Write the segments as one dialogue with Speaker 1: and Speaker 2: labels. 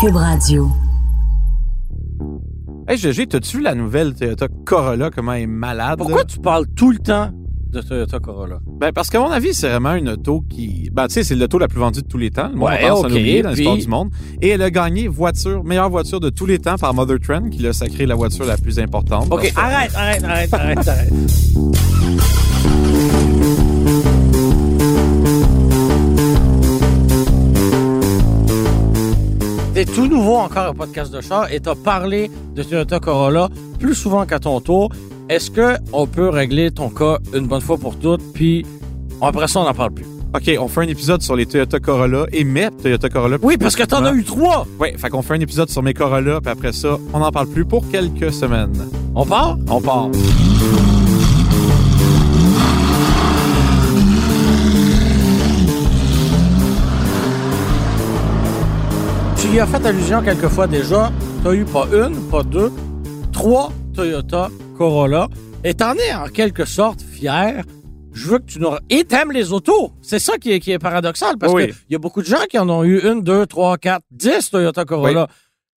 Speaker 1: Cube Radio.
Speaker 2: Hey, GG, t'as-tu vu la nouvelle Toyota Corolla, comment elle est malade? là?
Speaker 3: Pourquoi tu parles tout le temps de Toyota Corolla?
Speaker 2: Ben, parce qu'à mon avis, c'est vraiment une auto qui. Ben, tu sais, c'est l'auto la plus vendue de tous les temps. Le monde
Speaker 3: Ouais,
Speaker 2: a tendance à
Speaker 3: ok,
Speaker 2: l'oublier dans l'histoire
Speaker 3: puis-
Speaker 2: du monde. Et elle a gagné voiture, meilleure voiture de tous les temps par Mother Trend, qui l'a sacrée la voiture la plus importante.
Speaker 3: OK, arrête, arrête, arrête, arrête, arrête. T'es tout nouveau encore au podcast de char et t'as parlé de Toyota Corolla plus souvent qu'à ton tour. Est-ce que on peut régler ton cas une bonne fois pour toutes, puis après ça, on n'en parle plus?
Speaker 2: OK, on fait un épisode sur les Toyota Corolla et mes Toyota Corolla.
Speaker 3: Oui, parce que t'en as eu trois!
Speaker 2: Ouais, fait qu'on fait un épisode sur mes Corolla, puis après ça, on n'en parle plus pour quelques semaines.
Speaker 3: On part?
Speaker 2: On part.
Speaker 3: Tu y as fait allusion quelquefois déjà. Tu eu pas une, pas deux, trois Toyota Corolla. Et t'en es en quelque sorte fier. Je veux que tu nous... Et t'aimes les autos. C'est ça qui est, qui est paradoxal parce
Speaker 2: Oui.
Speaker 3: que qu'il y a beaucoup de gens qui en ont eu une, deux, trois, quatre, dix Toyota Corolla.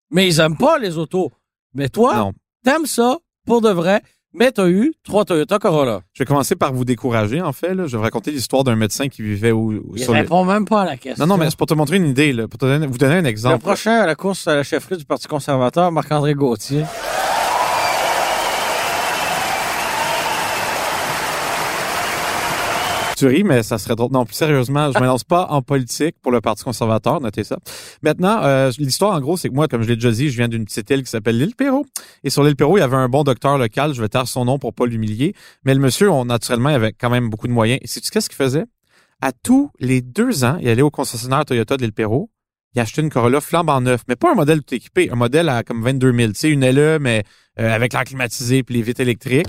Speaker 3: Mais ils aiment pas les autos. Mais toi,
Speaker 2: Non.
Speaker 3: t'aimes ça pour de vrai. Mais t'as eu trois Toyota Corolla.
Speaker 2: Je vais commencer par vous décourager, en fait. Là. Je vais vous raconter l'histoire d'un médecin qui vivait au, au-
Speaker 3: Ils
Speaker 2: sur le...
Speaker 3: répondent même pas à la question.
Speaker 2: Non, non, mais c'est pour te montrer une idée, là, pour te donner- vous donner un
Speaker 3: Le
Speaker 2: exemple.
Speaker 3: prochain à la course à la chefferie du Parti conservateur, Marc-André Gauthier.
Speaker 2: Tu ris, mais ça serait drôle. Non, plus sérieusement, je ne me lance pas en politique pour le Parti conservateur, notez ça. Maintenant, euh, l'histoire, en gros, c'est que moi, comme je l'ai déjà dit, je viens d'une petite île qui s'appelle l'île Perrault. Et sur l'île Perrault, il y avait un bon docteur local, je vais taire son nom pour pas l'humilier. Mais le monsieur, on, naturellement, il avait quand même beaucoup de moyens. Et sais-tu qu'est-ce qu'il faisait? À tous les deux ans, il allait au concessionnaire Toyota de l'île Perrault, il achetait une Corolla flambant neuf, mais pas un modèle tout équipé, un modèle à comme 22 000, tu sais, une LE, mais euh, avec l'air climatisé puis les vitres électriques.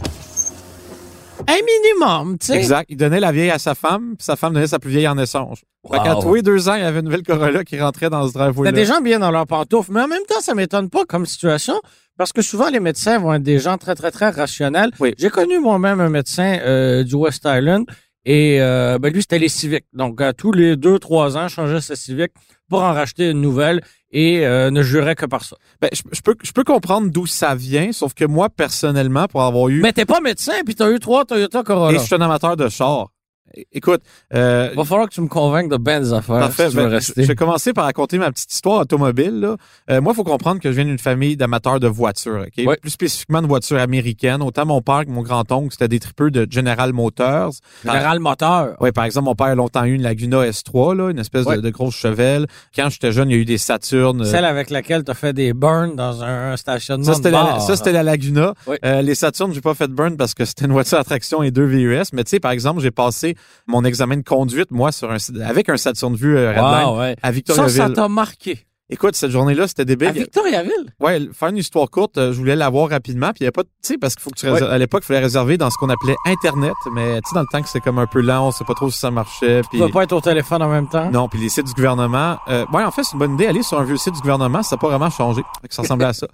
Speaker 3: Un minimum, tu sais.
Speaker 2: Exact. Il donnait la vieille à sa femme, puis sa femme donnait sa plus vieille en échange. Fait qu'à
Speaker 3: Wow.
Speaker 2: tous les deux ans, il y avait une nouvelle Corolla qui rentrait dans ce driveway-là.
Speaker 3: T'as des gens bien dans leurs pantoufles, mais en même temps, ça m'étonne pas comme situation, parce que souvent, les médecins vont être des gens très, très, très rationnels.
Speaker 2: Oui.
Speaker 3: J'ai connu moi-même un médecin euh, du West Island, et euh, ben, lui, c'était les civiques. Donc, à tous les deux, trois ans, changeait sa civique pour en racheter une nouvelle et euh, ne jurait que par ça.
Speaker 2: Ben, je, je peux, je peux comprendre d'où ça vient, sauf que moi, personnellement, pour avoir eu...
Speaker 3: Mais t'es pas médecin, puis t'as eu trois Toyota
Speaker 2: et
Speaker 3: Corolla.
Speaker 2: je suis un amateur de char. É- Écoute, euh,
Speaker 3: Va falloir que tu me convainques de bien des affaires
Speaker 2: Parfait.
Speaker 3: si tu veux
Speaker 2: Ben, je-
Speaker 3: rester.
Speaker 2: Je vais commencer par raconter ma petite histoire automobile. là. Euh, moi, il faut comprendre que je viens d'une famille d'amateurs de voitures. ok?
Speaker 3: Ouais.
Speaker 2: Plus spécifiquement de voitures américaines. Autant mon père que mon grand-oncle, c'était des tripeux de General Motors.
Speaker 3: Général moteur.
Speaker 2: Oui, par exemple, mon père a longtemps eu une Laguna S3, là, une espèce
Speaker 3: Ouais.
Speaker 2: de, de grosse chevelle. Quand j'étais jeune, il y a eu des Saturnes.
Speaker 3: Celle avec laquelle t'as fait des burns dans un stationnement
Speaker 2: Euh. Ça,
Speaker 3: de
Speaker 2: c'était la,
Speaker 3: bar.
Speaker 2: ça, c'était la Laguna.
Speaker 3: Oui.
Speaker 2: Euh, les Saturnes, j'ai pas fait de burn parce que c'était une voiture à traction et deux VUS. Mais tu sais, par exemple, j'ai passé mon examen de conduite, moi, sur un, avec un Saturne Vue euh, Redline
Speaker 3: Wow, ouais.
Speaker 2: à
Speaker 3: Ça,
Speaker 2: Victoriaville.
Speaker 3: ça t'a marqué.
Speaker 2: Écoute, cette journée-là, c'était débile.
Speaker 3: À Victoriaville?
Speaker 2: Ouais, faire une histoire courte, euh, je voulais l'avoir rapidement, puis il y a pas, de- tu sais, parce qu'il faut que tu réserves- à l'époque, il fallait réserver dans ce qu'on appelait Internet, mais tu sais, dans le temps que c'était comme un peu lent, on sait pas trop si ça marchait,
Speaker 3: Tu
Speaker 2: puis
Speaker 3: peux pas être au téléphone en même temps?
Speaker 2: non, puis les sites du gouvernement, euh, ouais, en fait, c'est une bonne idée, aller sur un vieux site du gouvernement, ça n'a pas vraiment changé, Fait que ça ressemblait à ça.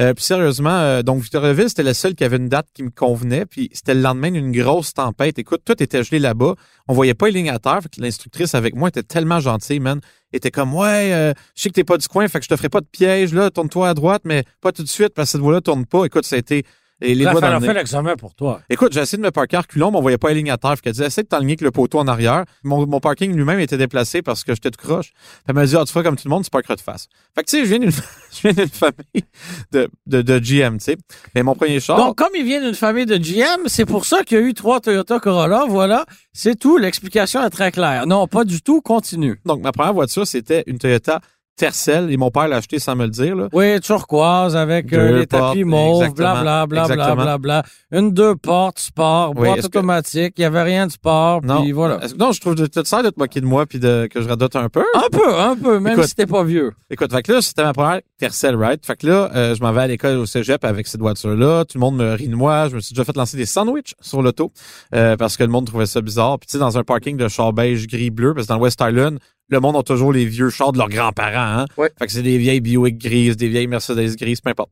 Speaker 2: Euh, puis sérieusement, euh, donc Victoriaville, c'était la seule qui avait une date qui me convenait, puis c'était le lendemain d'une grosse tempête. Écoute, tout était gelé là-bas, on voyait pas les lignes à terre, fait que l'instructrice avec moi était tellement gentille, man, était comme ouais, euh, je sais que t'es pas du coin, fait que je te ferai pas de piège là, tourne-toi à droite, mais pas tout de suite parce que cette voie-là tourne pas. Écoute, ça a été les, les
Speaker 3: Il
Speaker 2: doigts dans
Speaker 3: a
Speaker 2: le nez.
Speaker 3: fait l'examen pour toi.
Speaker 2: Écoute, j'ai essayé de me parker à reculons, mais on voyait pas les lignes à terre. Fait qu'elle disait, essaie de t'enligner avec le poteau en arrière. Mon, mon parking lui-même était déplacé parce que j'étais tout croche. Elle m'a dit, ah, tu feras comme tout le monde, tu parkeras de face. Fait que, tu sais, je viens d'une, je viens d'une famille de, de, de GM, tu sais. Mais mon premier char.
Speaker 3: Donc, comme il vient d'une famille de GM, c'est pour ça qu'il y a eu trois Toyota Corolla. Voilà, c'est tout. L'explication est très claire. Non, pas du tout. Continue.
Speaker 2: donc, ma première voiture, c'était une Toyota Tercel et mon père l'a achetée sans me le dire, là.
Speaker 3: Oui, turquoise avec euh,
Speaker 2: Deux
Speaker 3: les tapis
Speaker 2: portes,
Speaker 3: mauves,
Speaker 2: exactement,
Speaker 3: blablabla, blablabla.
Speaker 2: exactement.
Speaker 3: Une deux portes, sport,
Speaker 2: Oui,
Speaker 3: boîte
Speaker 2: est-ce que-
Speaker 3: automatique. Il n'y avait rien de sport.
Speaker 2: Non. Euh,
Speaker 3: Puis voilà.
Speaker 2: Est-ce que- Non, je trouve que tu te sers de te moquer de moi puis de, que je radote un peu.
Speaker 3: Un peu, un peu, même
Speaker 2: Écoute.
Speaker 3: si t'es pas vieux.
Speaker 2: Écoute, fait que là, c'était ma première Tercel, right? Fait que là, euh, je m'en vais à l'école au cégep avec cette voiture-là. Tout le monde me rit de moi. Je me suis déjà fait lancer des sandwichs sur l'auto euh, parce que le monde trouvait ça bizarre. Puis tu sais, dans un parking de char beige gris-bleu, parce que dans le West Island, le monde a toujours les vieux chars de leurs grands-parents. Hein?
Speaker 3: Ouais.
Speaker 2: Fait que c'est des vieilles Buick grises, des vieilles Mercedes grises, peu importe.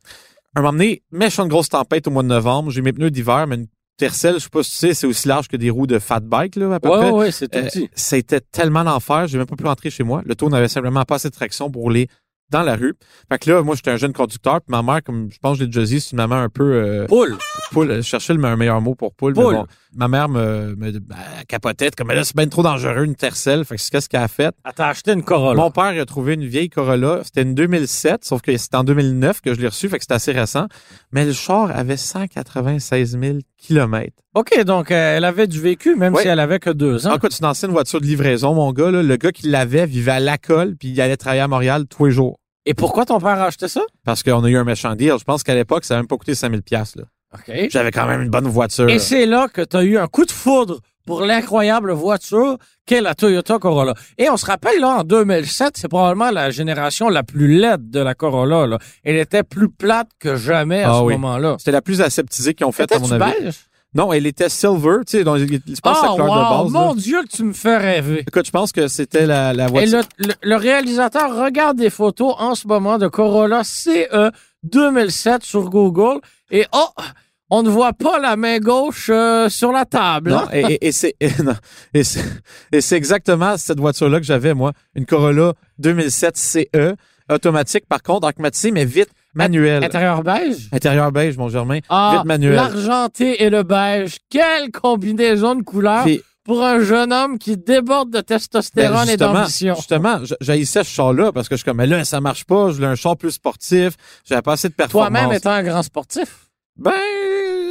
Speaker 2: Un moment donné, méchante grosse tempête au mois de novembre. J'ai mes pneus d'hiver, mais une Tercel, je sais pas si tu sais, c'est aussi large que des roues de fat bike, là, à peu
Speaker 3: Ouais,
Speaker 2: près.
Speaker 3: ouais, ouais, c'est tout
Speaker 2: Euh,
Speaker 3: petit.
Speaker 2: C'était tellement l'enfer, j'ai même pas pu rentrer chez moi. Le tour n'avait simplement pas assez de traction pour rouler dans la rue. Fait que là, moi, j'étais un jeune conducteur, puis ma mère, comme je pense que j'ai déjà dit, c'est une maman un peu euh,
Speaker 3: Poule.
Speaker 2: poule. Je cherchais le un meilleur mot pour poule. mais
Speaker 3: Poule.
Speaker 2: bon, ma mère me, me ben, elle capotait, comme Mais là, c'est bien trop dangereux, une tercelle. Fait que c'est qu'est-ce qu'elle a fait?
Speaker 3: Elle t'a Ah, acheté une Corolla.
Speaker 2: Mon père il a trouvé une vieille Corolla. C'était une 2007, sauf que c'était en 2009 que je l'ai reçue, fait que c'était assez récent. Mais le char avait 196 000 kilomètres.
Speaker 3: OK, donc euh, elle avait du vécu, même
Speaker 2: Oui.
Speaker 3: si elle avait que deux ans.
Speaker 2: En c'est une ancienne voiture de livraison, mon gars. là. Le gars qui l'avait vivait à la colle, puis il allait travailler à Montréal tous les jours.
Speaker 3: Et pourquoi ton père a acheté ça?
Speaker 2: Parce qu'on a eu un méchant deal. Je pense qu'à l'époque, ça n'a même pas coûté 5000 pièces.
Speaker 3: OK.
Speaker 2: J'avais quand même une bonne voiture.
Speaker 3: Et c'est là que tu as eu un coup de foudre pour l'incroyable voiture qu'est la Toyota Corolla. Et on se rappelle, là, en 2007, c'est probablement la génération la plus laide de la Corolla. Là. Elle était plus plate que jamais à
Speaker 2: Ah
Speaker 3: ce
Speaker 2: oui.
Speaker 3: moment-là.
Speaker 2: C'était la plus aseptisée qu'ils ont faite, à mon
Speaker 3: Étais-tu
Speaker 2: avis.
Speaker 3: beige?
Speaker 2: Non, elle était silver. Tu sais, donc, je pense que c'est
Speaker 3: Ah,
Speaker 2: la couleur de
Speaker 3: wow,
Speaker 2: base. là.
Speaker 3: mon Dieu que tu me fais rêver.
Speaker 2: Écoute, je pense que c'était la, la
Speaker 3: Et
Speaker 2: voiture.
Speaker 3: le, le- le réalisateur regarde des photos en ce moment de Corolla E CE 2007 sur Google et oh, on ne voit pas la main gauche euh, sur la table.
Speaker 2: Non,
Speaker 3: hein.
Speaker 2: et, et- et c'est et non, et c'est- et c'est exactement cette voiture-là que j'avais, moi. Une Corolla 2007 CE, E, automatique par contre, automatisée, mais vite, manuelle.
Speaker 3: hein? Intérieur beige.
Speaker 2: Intérieur beige, mon Germain.
Speaker 3: Ah,
Speaker 2: Vite manuel.
Speaker 3: l'argenté et le beige. Quelle combinaison de couleurs
Speaker 2: Puis,
Speaker 3: pour un jeune homme qui déborde de
Speaker 2: ben,
Speaker 3: testostérone et
Speaker 2: justement,
Speaker 3: d'ambition.
Speaker 2: justement, j- j'haïssais ce char-là parce que je suis comme, mais là, ça marche pas, je voulais un char plus sportif, j'avais pas assez de performance.
Speaker 3: Toi-même étant un grand sportif.
Speaker 2: Ben,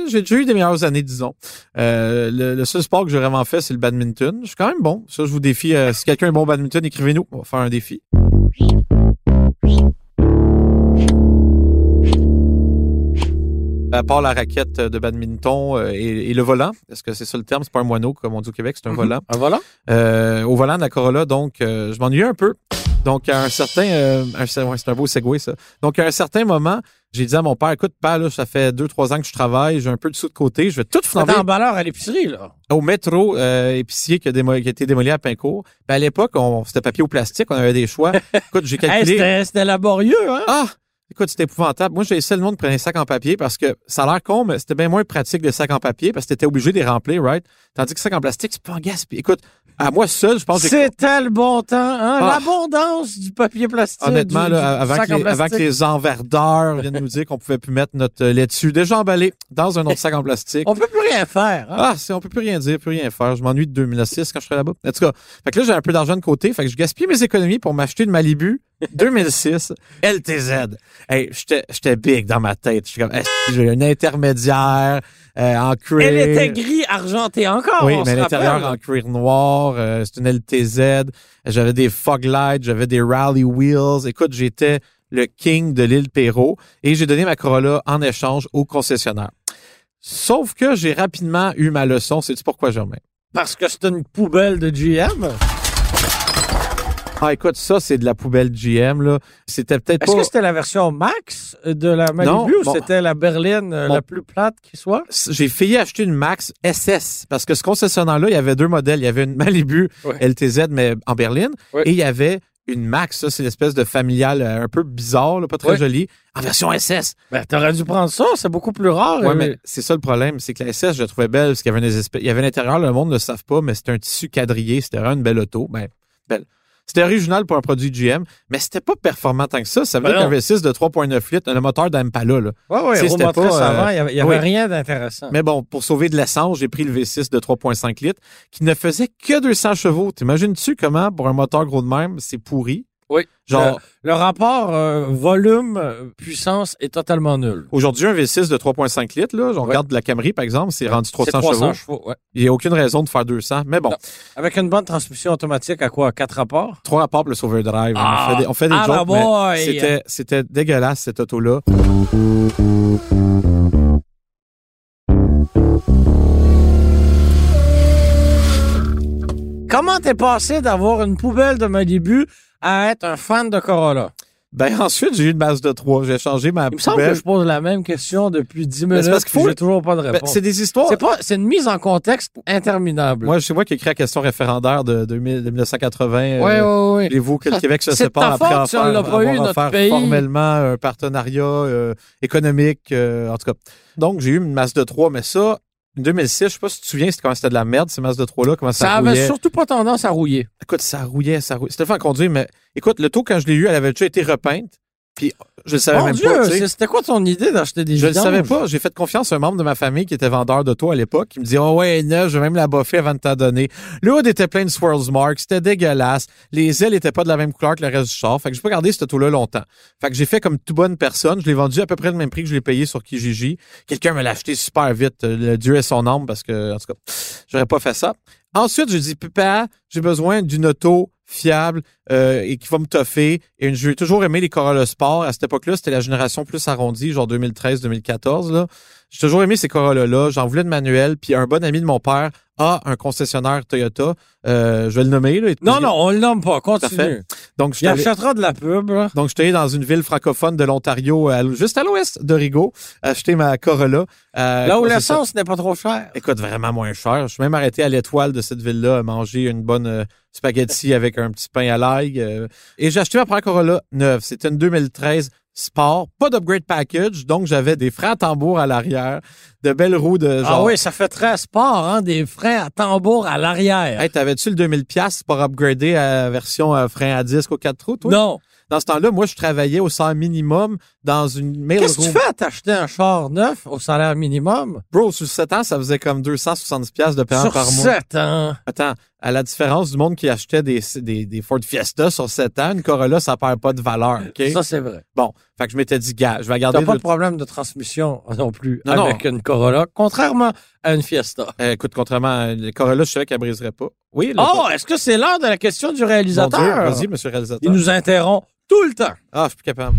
Speaker 2: j'ai déjà eu des meilleures années, disons. Euh, le, le seul sport que j'ai vraiment fait, c'est le badminton. Je suis quand même bon. Ça, je vous défie. euh, si quelqu'un est bon au badminton, écrivez-nous. On va faire un défi. À part la raquette de badminton euh, et, et le volant, est-ce que c'est ça le terme? C'est pas un moineau, comme on dit au Québec, c'est un volant.
Speaker 3: Ah, voilà.
Speaker 2: Euh, au volant de la Corolla, donc euh, je m'ennuyais un peu. Donc à un certain, euh, un cer- ouais, c'est un beau segway ça. Donc à un certain moment, j'ai dit à mon père, écoute, pas là, ça fait deux trois ans que je travaille, j'ai un peu de sous de côté, je vais tout
Speaker 3: T'es
Speaker 2: flamber
Speaker 3: en balleur à l'épicerie, là.
Speaker 2: au métro euh, épicier qui a, démo- qui a été démoli à Pincourt. Ben, à l'époque, on c'était papier ou plastique, on avait des choix. écoute, j'ai
Speaker 3: Hey,
Speaker 2: calculé.
Speaker 3: c'était c'était laborieux, hein?
Speaker 2: ah, écoute, c'était épouvantable. Moi, j'ai essayé le monde de prendre un sac en papier parce que ça a l'air con, mais c'était bien moins pratique des sacs en papier parce que t'étais obligé de les remplir, right? Tandis que sac en plastique, c'est pas en gaspille. Écoute, à moi seul, je pense que j'ai
Speaker 3: C'était le bon temps, hein?
Speaker 2: Ah.
Speaker 3: L'abondance du papier plastique.
Speaker 2: Honnêtement,
Speaker 3: du-
Speaker 2: là,
Speaker 3: du
Speaker 2: avant,
Speaker 3: sac
Speaker 2: que
Speaker 3: en
Speaker 2: les, avant que
Speaker 3: plastique.
Speaker 2: les enverdeurs viennent nous dire qu'on pouvait plus mettre notre euh, laitue déjà emballée dans un autre sac en plastique.
Speaker 3: On peut plus rien faire, hein?
Speaker 2: Ah, c'est- on peut plus rien dire, plus rien faire. Je m'ennuie de 2006 quand je serai là-bas. En tout cas, fait que là, j'ai un peu d'argent de côté. Fait que je gaspille mes économies pour m'acheter une Malibu 2006 LTZ. Hey, j'étais j'étais big dans ma tête. J'étais comme, Hey, j'ai une intermédiaire euh, en cuir.
Speaker 3: Elle était gris, argentée encore.
Speaker 2: Oui,
Speaker 3: Ah, on
Speaker 2: mais
Speaker 3: se
Speaker 2: l'intérieur
Speaker 3: rappelle.
Speaker 2: en cuir noir, euh, c'est une LTZ. J'avais des fog lights, j'avais des rally wheels. Écoute, j'étais le king de l'île Perrault et j'ai donné ma Corolla en échange au concessionnaire. Sauf que j'ai rapidement eu ma leçon. C'est pourquoi, Germain?
Speaker 3: Parce que c'est une poubelle de GM.
Speaker 2: Ah, écoute, ça, c'est de la poubelle GM, là. C'était peut-être
Speaker 3: Est-ce
Speaker 2: pas...
Speaker 3: que c'était la version max de la Malibu
Speaker 2: Non,
Speaker 3: ou
Speaker 2: bon.
Speaker 3: c'était la berline euh,
Speaker 2: Bon.
Speaker 3: la plus plate qui soit?
Speaker 2: j'ai failli acheter une Max SS parce que ce concessionnaire-là, il y avait deux modèles. Il y avait une Malibu
Speaker 3: Ouais.
Speaker 2: LTZ, mais en berline,
Speaker 3: Ouais.
Speaker 2: et il y avait une Max. Ça, c'est une espèce de familiale euh, un peu bizarre, là, pas très
Speaker 3: Ouais.
Speaker 2: jolie, en version SS.
Speaker 3: Ben, t'aurais dû prendre ça, c'est beaucoup plus rare.
Speaker 2: Ouais,
Speaker 3: euh,
Speaker 2: mais c'est ça le problème. C'est que la SS, je la trouvais belle parce qu'il y avait, des espèces- il y avait l'intérieur, le monde ne le savent pas, mais c'était un tissu quadrillé. C'était vraiment une belle auto. Ben, belle. C'était original pour un produit GM, mais c'était pas performant tant que ça. Ça veut
Speaker 3: Ben
Speaker 2: dire qu'un
Speaker 3: non.
Speaker 2: V6 de 3.9 litres, le moteur d'Ampala, là.
Speaker 3: Ouais, ouais,
Speaker 2: Tu sais, c'était
Speaker 3: remonterait
Speaker 2: pas,
Speaker 3: ça
Speaker 2: euh,
Speaker 3: avant, il n'y avait, il y avait
Speaker 2: oui.
Speaker 3: rien d'intéressant.
Speaker 2: Mais bon, pour sauver de l'essence, j'ai pris le V6 de 3.5 litres qui ne faisait que 200 chevaux. T'imagines-tu comment, pour un moteur gros de même, c'est pourri?
Speaker 3: Oui.
Speaker 2: Genre,
Speaker 3: Le rapport euh, volume-puissance est totalement nul.
Speaker 2: aujourd'hui, un V6 de 3.5 litres, là, on regarde la Camry, par exemple, c'est rendu 300,
Speaker 3: C'est
Speaker 2: chevaux.
Speaker 3: chevaux. ouais.
Speaker 2: Il n'y a aucune raison de faire 200. Mais bon,
Speaker 3: Non. Avec une bonne transmission automatique à quoi? Quatre rapports?
Speaker 2: trois rapports pour le Overdrive.
Speaker 3: Ah,
Speaker 2: on fait des, on fait des
Speaker 3: ah,
Speaker 2: jokes,
Speaker 3: bah
Speaker 2: mais
Speaker 3: boy.
Speaker 2: c'était, c'était dégueulasse, cette auto-là.
Speaker 3: Comment t'es passé d'avoir une poubelle de Malibu à être un fan de Corolla?
Speaker 2: Ben, ensuite, j'ai eu une base de 3. J'ai changé ma
Speaker 3: Il me semble que
Speaker 2: poubelle.
Speaker 3: je pose la même question depuis 10
Speaker 2: Mais
Speaker 3: minutes.
Speaker 2: c'est parce qu'il
Speaker 3: puis
Speaker 2: faut-
Speaker 3: J'ai toujours pas de
Speaker 2: Ben,
Speaker 3: réponse.
Speaker 2: c'est des histoires.
Speaker 3: c'est pas, c'est une mise en contexte interminable.
Speaker 2: Moi, c'est moi qui ai écrit la question référendaire de, 2000 de 1980. euh,
Speaker 3: Ouais, ouais, ouais.
Speaker 2: Voulez-vous que le
Speaker 3: Ça-
Speaker 2: Québec se
Speaker 3: c'est de ta
Speaker 2: sépare après
Speaker 3: faute
Speaker 2: en
Speaker 3: si on
Speaker 2: faire-
Speaker 3: l'a pas eu,
Speaker 2: avoir en
Speaker 3: notre
Speaker 2: faire
Speaker 3: pays.
Speaker 2: formellement un partenariat euh, économique, euh, en tout cas. Donc, j'ai eu une masse de trois, mais ça, 2006, je sais pas si tu te souviens, c'était quand c'était de la merde, ces masses de 3 là comment ça,
Speaker 3: Ça
Speaker 2: rouillait.
Speaker 3: avait surtout pas tendance à rouiller.
Speaker 2: Écoute, ça rouillait, ça rouillait. C'était le fun à conduire, mais écoute, le taux, quand je l'ai eu, elle avait déjà été repeinte, puis je le savais
Speaker 3: Mon
Speaker 2: même
Speaker 3: Dieu,
Speaker 2: pas. tu sais.
Speaker 3: c'est- c'était quoi ton idée d'acheter des
Speaker 2: Je ne
Speaker 3: vidanges?
Speaker 2: savais pas. J'ai fait confiance à un membre de ma famille qui était vendeur d'auto à l'époque. qui me dit, oh ouais, neuf, je vais même la boffer avant de t'en donner. Le hood était plein de swirls marks. C'était dégueulasse. Les ailes n'étaient pas de la même couleur que le reste du char. Fait que j'ai pas gardé cet auto-là longtemps. Fait que j'ai fait comme toute bonne personne. Je l'ai vendu à peu près le même prix que je l'ai payé sur Kijiji. Quelqu'un me l'a acheté super vite. Euh, Le Dieu est son âme parce que, en tout cas, j'aurais pas fait ça. Ensuite, j'ai dit, papa, j'ai besoin d'une auto fiable euh, et qui va me toffer. Et une- j'ai toujours aimé les Corolla Sport. À cette époque-là, c'était la génération plus arrondie, genre 2013-2014. là. J'ai toujours aimé ces Corolla-là. J'en voulais de manuel. Puis un bon ami de mon père a un concessionnaire Toyota. Euh, je vais le nommer. Là,
Speaker 3: Non, non, on le nomme pas. Continue.
Speaker 2: Parfait. Donc, je suis
Speaker 3: Il
Speaker 2: allé-
Speaker 3: achètera de la pub. là. Là où
Speaker 2: c'est ça.
Speaker 3: l'essence n'est pas trop chère.
Speaker 2: Écoute, vraiment moins cher. Je suis même arrêté à l'étoile de cette ville-là, à manger une bonne euh, spaghetti avec un petit pain à l'ail. euh. et j'ai acheté ma première Corolla neuve. C'était une 2013 Sport, pas d'upgrade package, donc j'avais des freins à tambour à l'arrière, de belles roues de genre.
Speaker 3: Ah oui, ça fait très sport, hein, des freins à tambour à l'arrière.
Speaker 2: Hey, t'avais-tu le 2000 pièces pour upgrader à version euh, frein à disque aux quatre trous, toi?
Speaker 3: Non.
Speaker 2: Dans ce temps-là, moi, je travaillais au salaire minimum dans une mail
Speaker 3: Qu'est-ce que tu fais à t'acheter un char neuf au salaire minimum?
Speaker 2: Bro, sur 7 ans, ça faisait comme 270 pièces de paiement
Speaker 3: Sur hein?
Speaker 2: par mois.
Speaker 3: 7 ans.
Speaker 2: Attends, à la différence du monde qui achetait des, des, des Ford Fiesta sur 7 ans, une Corolla, ça perd pas de valeur, OK?
Speaker 3: Ça, c'est vrai.
Speaker 2: bon, fait que je m'étais dit, gars, je vais
Speaker 3: T'as
Speaker 2: garder...
Speaker 3: pas
Speaker 2: le-
Speaker 3: de problème de transmission euh, non plus
Speaker 2: Non,
Speaker 3: avec une Corolla, contrairement à une Fiesta.
Speaker 2: Euh, écoute, contrairement à la Corolla, je savais qu'elle briserait pas. Oui, le-
Speaker 3: Oh, est-ce que c'est l'heure de la question du
Speaker 2: Mon Dieu,
Speaker 3: réalisateur?
Speaker 2: Vas-y, monsieur le réalisateur.
Speaker 3: Il nous interrompt tout le temps.
Speaker 2: Ah, je suis plus capable.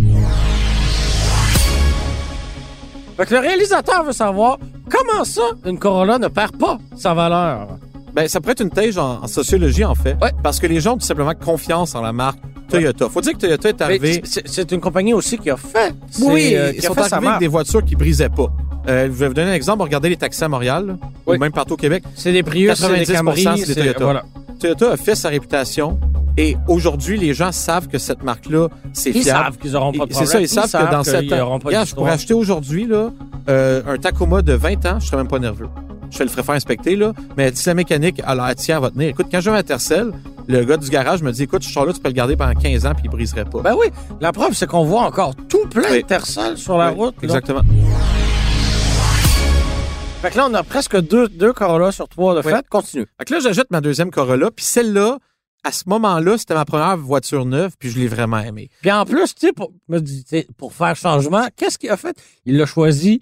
Speaker 3: Fait que le réalisateur veut savoir comment ça, une Corolla ne perd pas sa valeur.
Speaker 2: Ben, ça pourrait être une thèse en, en sociologie, en fait.
Speaker 3: Ouais.
Speaker 2: Parce que les gens ont tout simplement confiance en la marque Toyota. Faut dire que Toyota est
Speaker 3: Mais
Speaker 2: arrivé...
Speaker 3: c'est- C'est une compagnie aussi qui a fait.
Speaker 2: Ben, Oui,
Speaker 3: ses- euh, qui
Speaker 2: ils
Speaker 3: a
Speaker 2: sont
Speaker 3: fait
Speaker 2: arrivés
Speaker 3: sa
Speaker 2: avec
Speaker 3: marque.
Speaker 2: des voitures qui brisaient pas. Euh, je vais vous donner un exemple. Regardez les taxis à Montréal, là,
Speaker 3: Oui.
Speaker 2: ou même partout au Québec.
Speaker 3: C'est des Prius, c'est des
Speaker 2: 90%
Speaker 3: Camry,
Speaker 2: c'est des Toyota.
Speaker 3: voilà.
Speaker 2: Toyota a fait sa réputation et aujourd'hui, les gens savent que cette marque-là, c'est
Speaker 3: Ils
Speaker 2: fiable.
Speaker 3: savent qu'ils n'auront pas de
Speaker 2: Et-
Speaker 3: problème.
Speaker 2: C'est ça, ils, savent, que dans 7
Speaker 3: qu'ils
Speaker 2: ans.
Speaker 3: auront pas
Speaker 2: Regarde, je
Speaker 3: d'histoire.
Speaker 2: pourrais acheter aujourd'hui là, euh, un Tacoma de 20 ans, je serais même pas nerveux. Je le ferais faire inspecter, là, mais si la mécanique, alors elle tient, elle va tenir. Écoute, quand je vais à Tercel, le gars du garage me dit Écoute, ce char-là, tu peux le garder pendant 15 ans, puis il briserait pas.
Speaker 3: Ben oui, la preuve, c'est qu'on voit encore tout plein
Speaker 2: Oui.
Speaker 3: de personnes sur la
Speaker 2: Oui,
Speaker 3: route. là.
Speaker 2: Exactement.
Speaker 3: Fait que là, on a presque deux, deux Corolla sur trois de
Speaker 2: Oui.
Speaker 3: fait. Continue.
Speaker 2: Fait que là, j'ajoute ma deuxième Corolla, puis celle-là, à ce moment-là, c'était ma première voiture neuve, puis je l'ai vraiment aimée.
Speaker 3: Puis en plus, tu sais, pour, me dis, tu sais, pour faire changement, qu'est-ce qu'il a fait? Il l'a choisi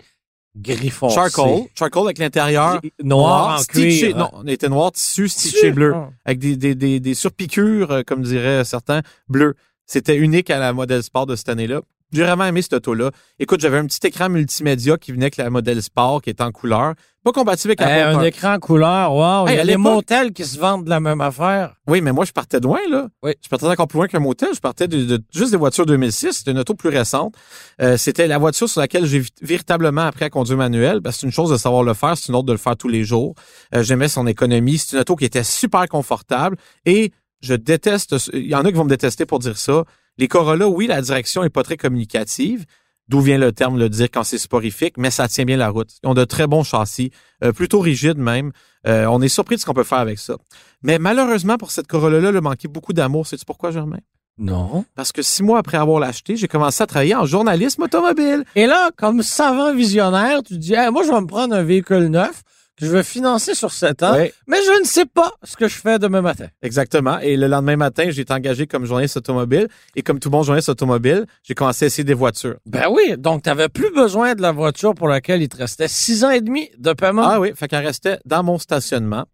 Speaker 3: gris foncé.
Speaker 2: Charcoal, charcoal avec l'intérieur
Speaker 3: Gris- Noir, en
Speaker 2: stitché.
Speaker 3: cuir.
Speaker 2: Non, on était noir, tissu,
Speaker 3: Tissu.
Speaker 2: stitché bleu.
Speaker 3: Ah.
Speaker 2: avec des, des, des, des surpiqûres, euh, comme diraient certains, bleues. C'était unique à la modèle sport de cette année-là. J'ai vraiment aimé cette auto-là. Écoute, j'avais un petit écran multimédia qui venait avec la modèle sport, qui est en couleur. Pas compatible avec la
Speaker 3: Eh,
Speaker 2: Ford
Speaker 3: un
Speaker 2: Car-
Speaker 3: écran couleur, wow.
Speaker 2: Hey,
Speaker 3: Il y a
Speaker 2: à
Speaker 3: les
Speaker 2: l'époque-
Speaker 3: motels qui se vendent de la même affaire.
Speaker 2: Oui, mais moi, je partais de loin, là.
Speaker 3: Oui.
Speaker 2: Je partais encore plus loin qu'un motel. Je partais de, de- juste des voitures 2006. C'était une auto plus récente. Euh, c'était la voiture sur laquelle j'ai vi- véritablement appris à conduire manuel. Parce que c'est une chose de savoir le faire, c'est une autre de le faire tous les jours. Euh, J'aimais son économie. C'est une auto qui était super confortable. Et je déteste... ce- Il y en a qui vont me détester pour dire ça. Les Corolla, oui, la direction est pas très communicative. D'où vient le terme le dire quand c'est sporifique, mais ça tient bien la route. Ils ont de très bons châssis, euh, plutôt rigides même. Euh, on est surpris de ce qu'on peut faire avec ça. Mais malheureusement, pour cette Corolla-là, le manquait beaucoup d'amour. Sais-tu pourquoi, Germain?
Speaker 3: Non.
Speaker 2: Parce que six mois après avoir l'acheté, j'ai commencé à travailler en journalisme automobile.
Speaker 3: Et là, comme savant visionnaire, tu dis, Hey, moi, je vais me prendre un véhicule neuf que je vais financer sur 7 ans,
Speaker 2: Oui,
Speaker 3: mais je ne sais pas ce que je fais demain matin.
Speaker 2: Hein? exactement. Et le lendemain matin, j'ai été engagé comme journaliste automobile. Et comme tout bon journaliste automobile, j'ai commencé à essayer des voitures.
Speaker 3: Ben oui, donc tu plus besoin de la voiture pour laquelle il te restait six ans et demi de paiement.
Speaker 2: Ah oui, fait qu'elle restait dans mon stationnement.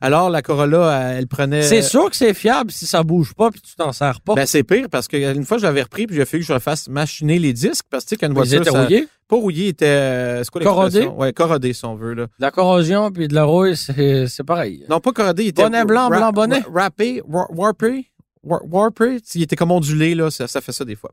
Speaker 2: Alors, la Corolla, euh, elle, elle prenait...
Speaker 3: c'est sûr que c'est fiable si ça bouge pas puis tu t'en sers pas.
Speaker 2: Ben, c'est pire parce qu'une fois, je l'avais repris puis j'ai fallu que je refasse machiner les disques parce que, tu sais, qu'une
Speaker 3: Ils
Speaker 2: voiture,
Speaker 3: étaient
Speaker 2: ça-
Speaker 3: rouillés.
Speaker 2: pas rouillé, était... euh, c'est quoi
Speaker 3: Corrodé?
Speaker 2: l'expression? Ouais, corrodé, si on veut, là.
Speaker 3: De la corrosion puis de la rouille, c'est c'est pareil.
Speaker 2: Non, pas corrodé, il était.
Speaker 3: Bonnet blanc, blanc bonnet.
Speaker 2: ra- Râpé, war- warpé, war- warpé. Il était comme ondulé, là. Ça, ça fait ça des fois.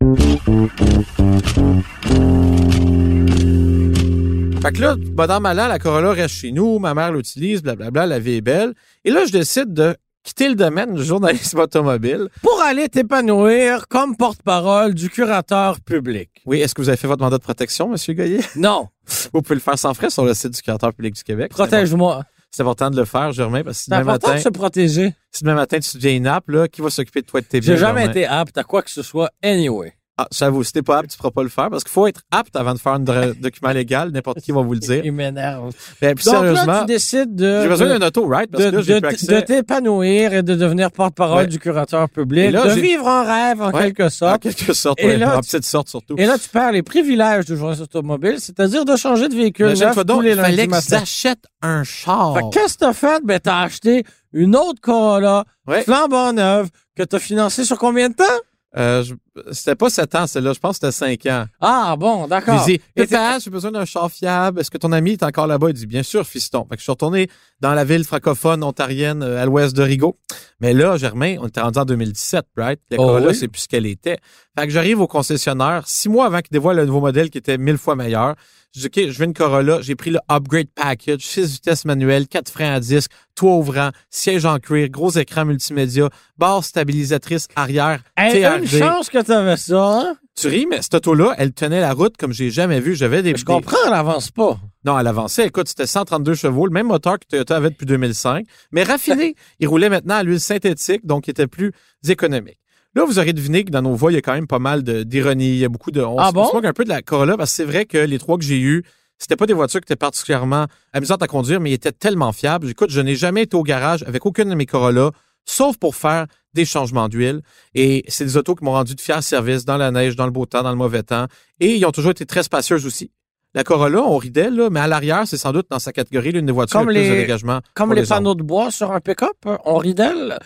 Speaker 2: Fait que là, madame malin, la Corolla reste chez nous, ma mère l'utilise, blablabla, la vie est belle. Et là, je décide de quitter le domaine du journalisme automobile.
Speaker 3: Pour aller t'épanouir comme porte-parole du curateur public.
Speaker 2: Oui, est-ce que vous avez fait votre mandat de protection, Monsieur Goyer?
Speaker 3: Non,
Speaker 2: Vous pouvez le faire sans frais sur le site du curateur public du Québec. C'est important-
Speaker 3: protège-moi.
Speaker 2: C'est important de le faire, Germain, parce que si
Speaker 3: C'est
Speaker 2: demain
Speaker 3: important
Speaker 2: matin,
Speaker 3: de se protéger.
Speaker 2: si demain matin tu deviens inapte, là, qui va s'occuper de toi et de tes biens?
Speaker 3: J'ai jamais
Speaker 2: Germain?
Speaker 3: été apte à quoi que ce soit anyway.
Speaker 2: Ah, j'avoue, si t'es pas apte, tu pourras pas le faire parce qu'il faut être apte avant de faire un dra- document légal. N'importe qui va vous le dire.
Speaker 3: Il m'énerve.
Speaker 2: Mais puis,
Speaker 3: Donc là,
Speaker 2: sérieusement,
Speaker 3: tu décides de,
Speaker 2: j'ai besoin
Speaker 3: de-
Speaker 2: d'un auto, right? Parce
Speaker 3: de,
Speaker 2: que là, j'ai
Speaker 3: de-
Speaker 2: plus
Speaker 3: de
Speaker 2: accès.
Speaker 3: t'épanouir et de devenir porte-parole
Speaker 2: Ouais.
Speaker 3: du curateur
Speaker 2: Et
Speaker 3: public,
Speaker 2: là,
Speaker 3: de
Speaker 2: j'ai-
Speaker 3: vivre un rêve en
Speaker 2: Ouais.
Speaker 3: quelque
Speaker 2: En
Speaker 3: sorte.
Speaker 2: quelque sorte,
Speaker 3: Et
Speaker 2: ouais,
Speaker 3: là,
Speaker 2: en
Speaker 3: tu-
Speaker 2: petite sorte surtout.
Speaker 3: Et là, tu perds les privilèges du journaliste automobile, c'est-à-dire de changer de véhicule neuf
Speaker 2: Imagine-toi
Speaker 3: tous
Speaker 2: Ben, donc,
Speaker 3: les
Speaker 2: il
Speaker 3: lundis
Speaker 2: fallait que
Speaker 3: matin.
Speaker 2: j'achète un char.
Speaker 3: Fait que qu'est-ce que t'as fait? Ben, t'as acheté une autre Corolla
Speaker 2: Ouais.
Speaker 3: flambant neuve que t'as financée sur combien de temps?
Speaker 2: Euh, je- c'était pas 7 ans, celle-là. Je pense que c'était 5 ans.
Speaker 3: Ah, bon,
Speaker 2: Je lui
Speaker 3: d'accord.
Speaker 2: dis,
Speaker 3: Et
Speaker 2: Tata, j'ai besoin d'un char fiable. Est-ce que ton ami est encore là-bas? Il dit, bien sûr, fiston. Fait que je suis retourné dans la ville francophone ontarienne euh, à l'ouest de Rigaud. Mais là, Germain, on était rendu en 2017, right? La
Speaker 3: Oh
Speaker 2: Corolla,
Speaker 3: oui.
Speaker 2: c'est plus ce qu'elle était. Fait que j'arrive au concessionnaire, six mois avant qu'il dévoile le nouveau modèle qui était mille fois meilleur. Je dis, OK, je veux une Corolla. J'ai pris le upgrade package, 6 vitesses manuelles, 4 freins à disque, toit ouvrant, siège en cuir, gros écran multimédia, barre stabilisatrice arrière,
Speaker 3: Hey, une
Speaker 2: TRD.
Speaker 3: chance que t'avais ça, hein?
Speaker 2: Tu ris, mais cette auto-là, elle tenait la route comme j'ai jamais vu. J'avais des,
Speaker 3: Je
Speaker 2: des-
Speaker 3: comprends, elle avance pas.
Speaker 2: non, elle avançait. Écoute, c'était 132 chevaux, le même moteur que Toyota avait depuis 2005, mais raffiné. Il roulait maintenant à l'huile synthétique, donc il était plus économique. Là, vous aurez deviné que dans nos voix, il y a quand même pas mal de- d'ironie. Il y a beaucoup de. On,
Speaker 3: Ah
Speaker 2: se- on
Speaker 3: bon?
Speaker 2: se moque un peu de la Corolla parce que c'est vrai que les trois que j'ai eus, c'était pas des voitures qui étaient particulièrement amusantes à conduire, mais ils étaient tellement fiables. Écoute, je n'ai jamais été au garage avec aucune de mes Corolla, sauf pour faire des changements d'huile. Et c'est des autos qui m'ont rendu de fiers services dans la neige, dans le beau temps, dans le mauvais temps. Et ils ont toujours été très spacieuses aussi. La Corolla, on ridait, là, mais à l'arrière, c'est sans doute dans sa catégorie l'une des voitures
Speaker 3: Comme
Speaker 2: avec plus
Speaker 3: les-
Speaker 2: de dégagement.
Speaker 3: Comme
Speaker 2: pour
Speaker 3: les
Speaker 2: les hommes.
Speaker 3: panneaux de bois sur un pick-up, hein, on rit d'elle.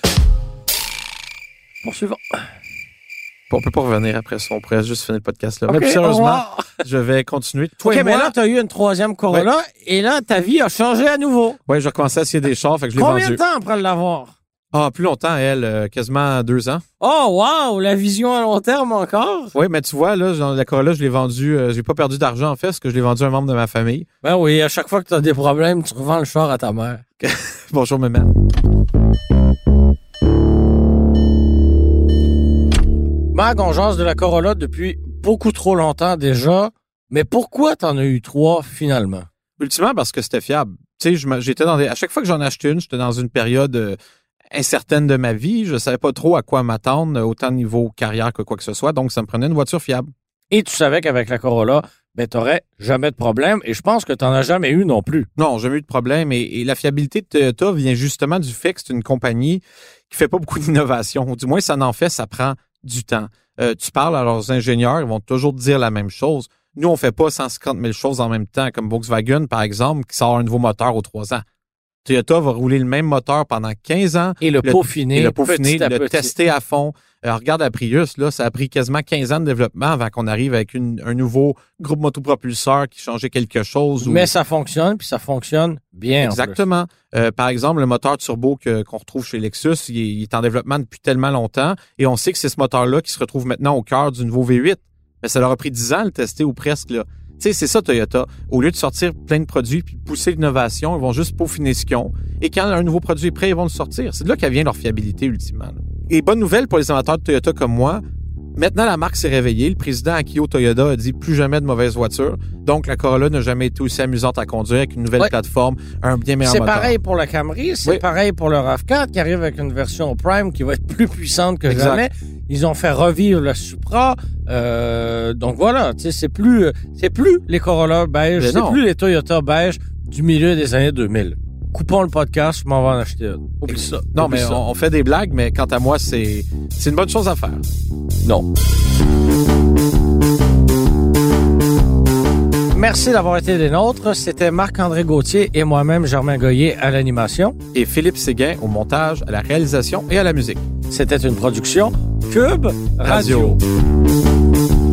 Speaker 3: Poursuivons.
Speaker 2: On peut pas revenir après ça, on pourrait juste finir le podcast là.
Speaker 3: Ok,
Speaker 2: mais plus
Speaker 3: au
Speaker 2: sérieusement,
Speaker 3: revoir.
Speaker 2: je vais continuer. Toi
Speaker 3: OK,
Speaker 2: et
Speaker 3: mais
Speaker 2: moi,
Speaker 3: là, t'as eu une troisième Corolla et là, ta vie a changé à nouveau.
Speaker 2: ouais, je recommençais à essayer des chars, fait que je l'ai
Speaker 3: Combien de
Speaker 2: vendu.
Speaker 3: temps après l'avoir?
Speaker 2: Ah, plus longtemps, elle, euh, quasiment deux ans.
Speaker 3: Oh, wow! La vision à long terme encore?
Speaker 2: Oui, mais tu vois, là, genre, la Corolla, je l'ai vendue, euh, j'ai pas perdu d'argent en fait, parce que je l'ai vendue à un membre de ma famille.
Speaker 3: Ben oui, à chaque fois que t'as des problèmes, tu revends le char à ta mère.
Speaker 2: Bonjour, maman.
Speaker 3: Mag, on jase de la Corolla depuis beaucoup trop longtemps déjà. Mais pourquoi t'en as eu trois finalement?
Speaker 2: Ultimement, parce que c'était fiable. Tu sais, je m'a- j'étais dans des. À chaque fois que j'en achetais une, j'étais dans une période euh, incertaine de ma vie. Je savais pas trop à quoi m'attendre, euh, autant niveau carrière que quoi que ce soit. Donc, ça me prenait une voiture fiable.
Speaker 3: Et tu savais qu'avec la Corolla, ben t'aurais jamais de problème et je pense que t'en as jamais eu non plus.
Speaker 2: Non, j'ai jamais eu de problème. Et, et la fiabilité de Toyota vient justement du fait que c'est une compagnie qui fait pas beaucoup d'innovation. Du moins, ça n'en fait, ça prend du temps. Euh, tu parles à leurs ingénieurs, ils vont toujours te dire la même chose. Nous, on fait pas 150 000 choses en même temps, comme Volkswagen, par exemple, qui sort un nouveau moteur aux trois ans. Toyota va rouler le même moteur pendant 15 ans
Speaker 3: Et le,
Speaker 2: Le-
Speaker 3: peaufiner,
Speaker 2: et le peaufiner,
Speaker 3: petit à
Speaker 2: le
Speaker 3: petit.
Speaker 2: tester à fond. Euh, regarde la Prius, là, ça a pris quasiment 15 ans de développement avant qu'on arrive avec une- un nouveau groupe motopropulseur qui changeait quelque chose. ou-
Speaker 3: Mais ça fonctionne, puis ça fonctionne bien. en plus.
Speaker 2: Exactement. Euh, par exemple, le moteur turbo que- qu'on retrouve chez Lexus, il est, il est en développement depuis tellement longtemps et on sait que c'est ce moteur-là qui se retrouve maintenant au cœur du nouveau V8. Mais ça leur a pris 10 ans à le tester ou presque. là. Tu sais, c'est ça Toyota. Au lieu de sortir plein de produits puis de pousser l'innovation, ils vont juste peaufiner ce qu'ils ont. Et quand un nouveau produit est prêt, ils vont le sortir. C'est de là qu'elle vient leur fiabilité ultimement. là. Et bonne nouvelle pour les amateurs de Toyota comme moi, maintenant la marque s'est réveillée. Le président Akio Toyota a dit plus jamais de mauvaises voitures. Donc la Corolla n'a jamais été aussi amusante à conduire avec une nouvelle
Speaker 3: Ouais.
Speaker 2: plateforme, un bien meilleur
Speaker 3: C'est
Speaker 2: moteur.
Speaker 3: pareil pour la Camry, c'est
Speaker 2: Oui.
Speaker 3: pareil pour le RAV4 qui arrive avec une version Prime qui va être plus puissante que
Speaker 2: Exact.
Speaker 3: jamais. Ils ont fait revivre le Supra. euh, donc voilà, tu sais, c'est plus, c'est plus les Corolla beige,
Speaker 2: Mais
Speaker 3: c'est
Speaker 2: non.
Speaker 3: plus les Toyota beige du milieu des années 2000. Coupons le podcast, je m'en vais en acheter une. Oublie ça.
Speaker 2: Non,
Speaker 3: oublie
Speaker 2: mais
Speaker 3: ça.
Speaker 2: on, on fait des blagues, mais quant à moi, c'est c'est une bonne chose à faire.
Speaker 3: Non. Merci d'avoir été des nôtres. C'était Marc-André Gauthier et moi-même, Germain Goyer, à l'animation.
Speaker 2: Et Philippe Séguin au montage, à la réalisation et à la musique.
Speaker 3: C'était une production Cube Radio.
Speaker 2: Radio.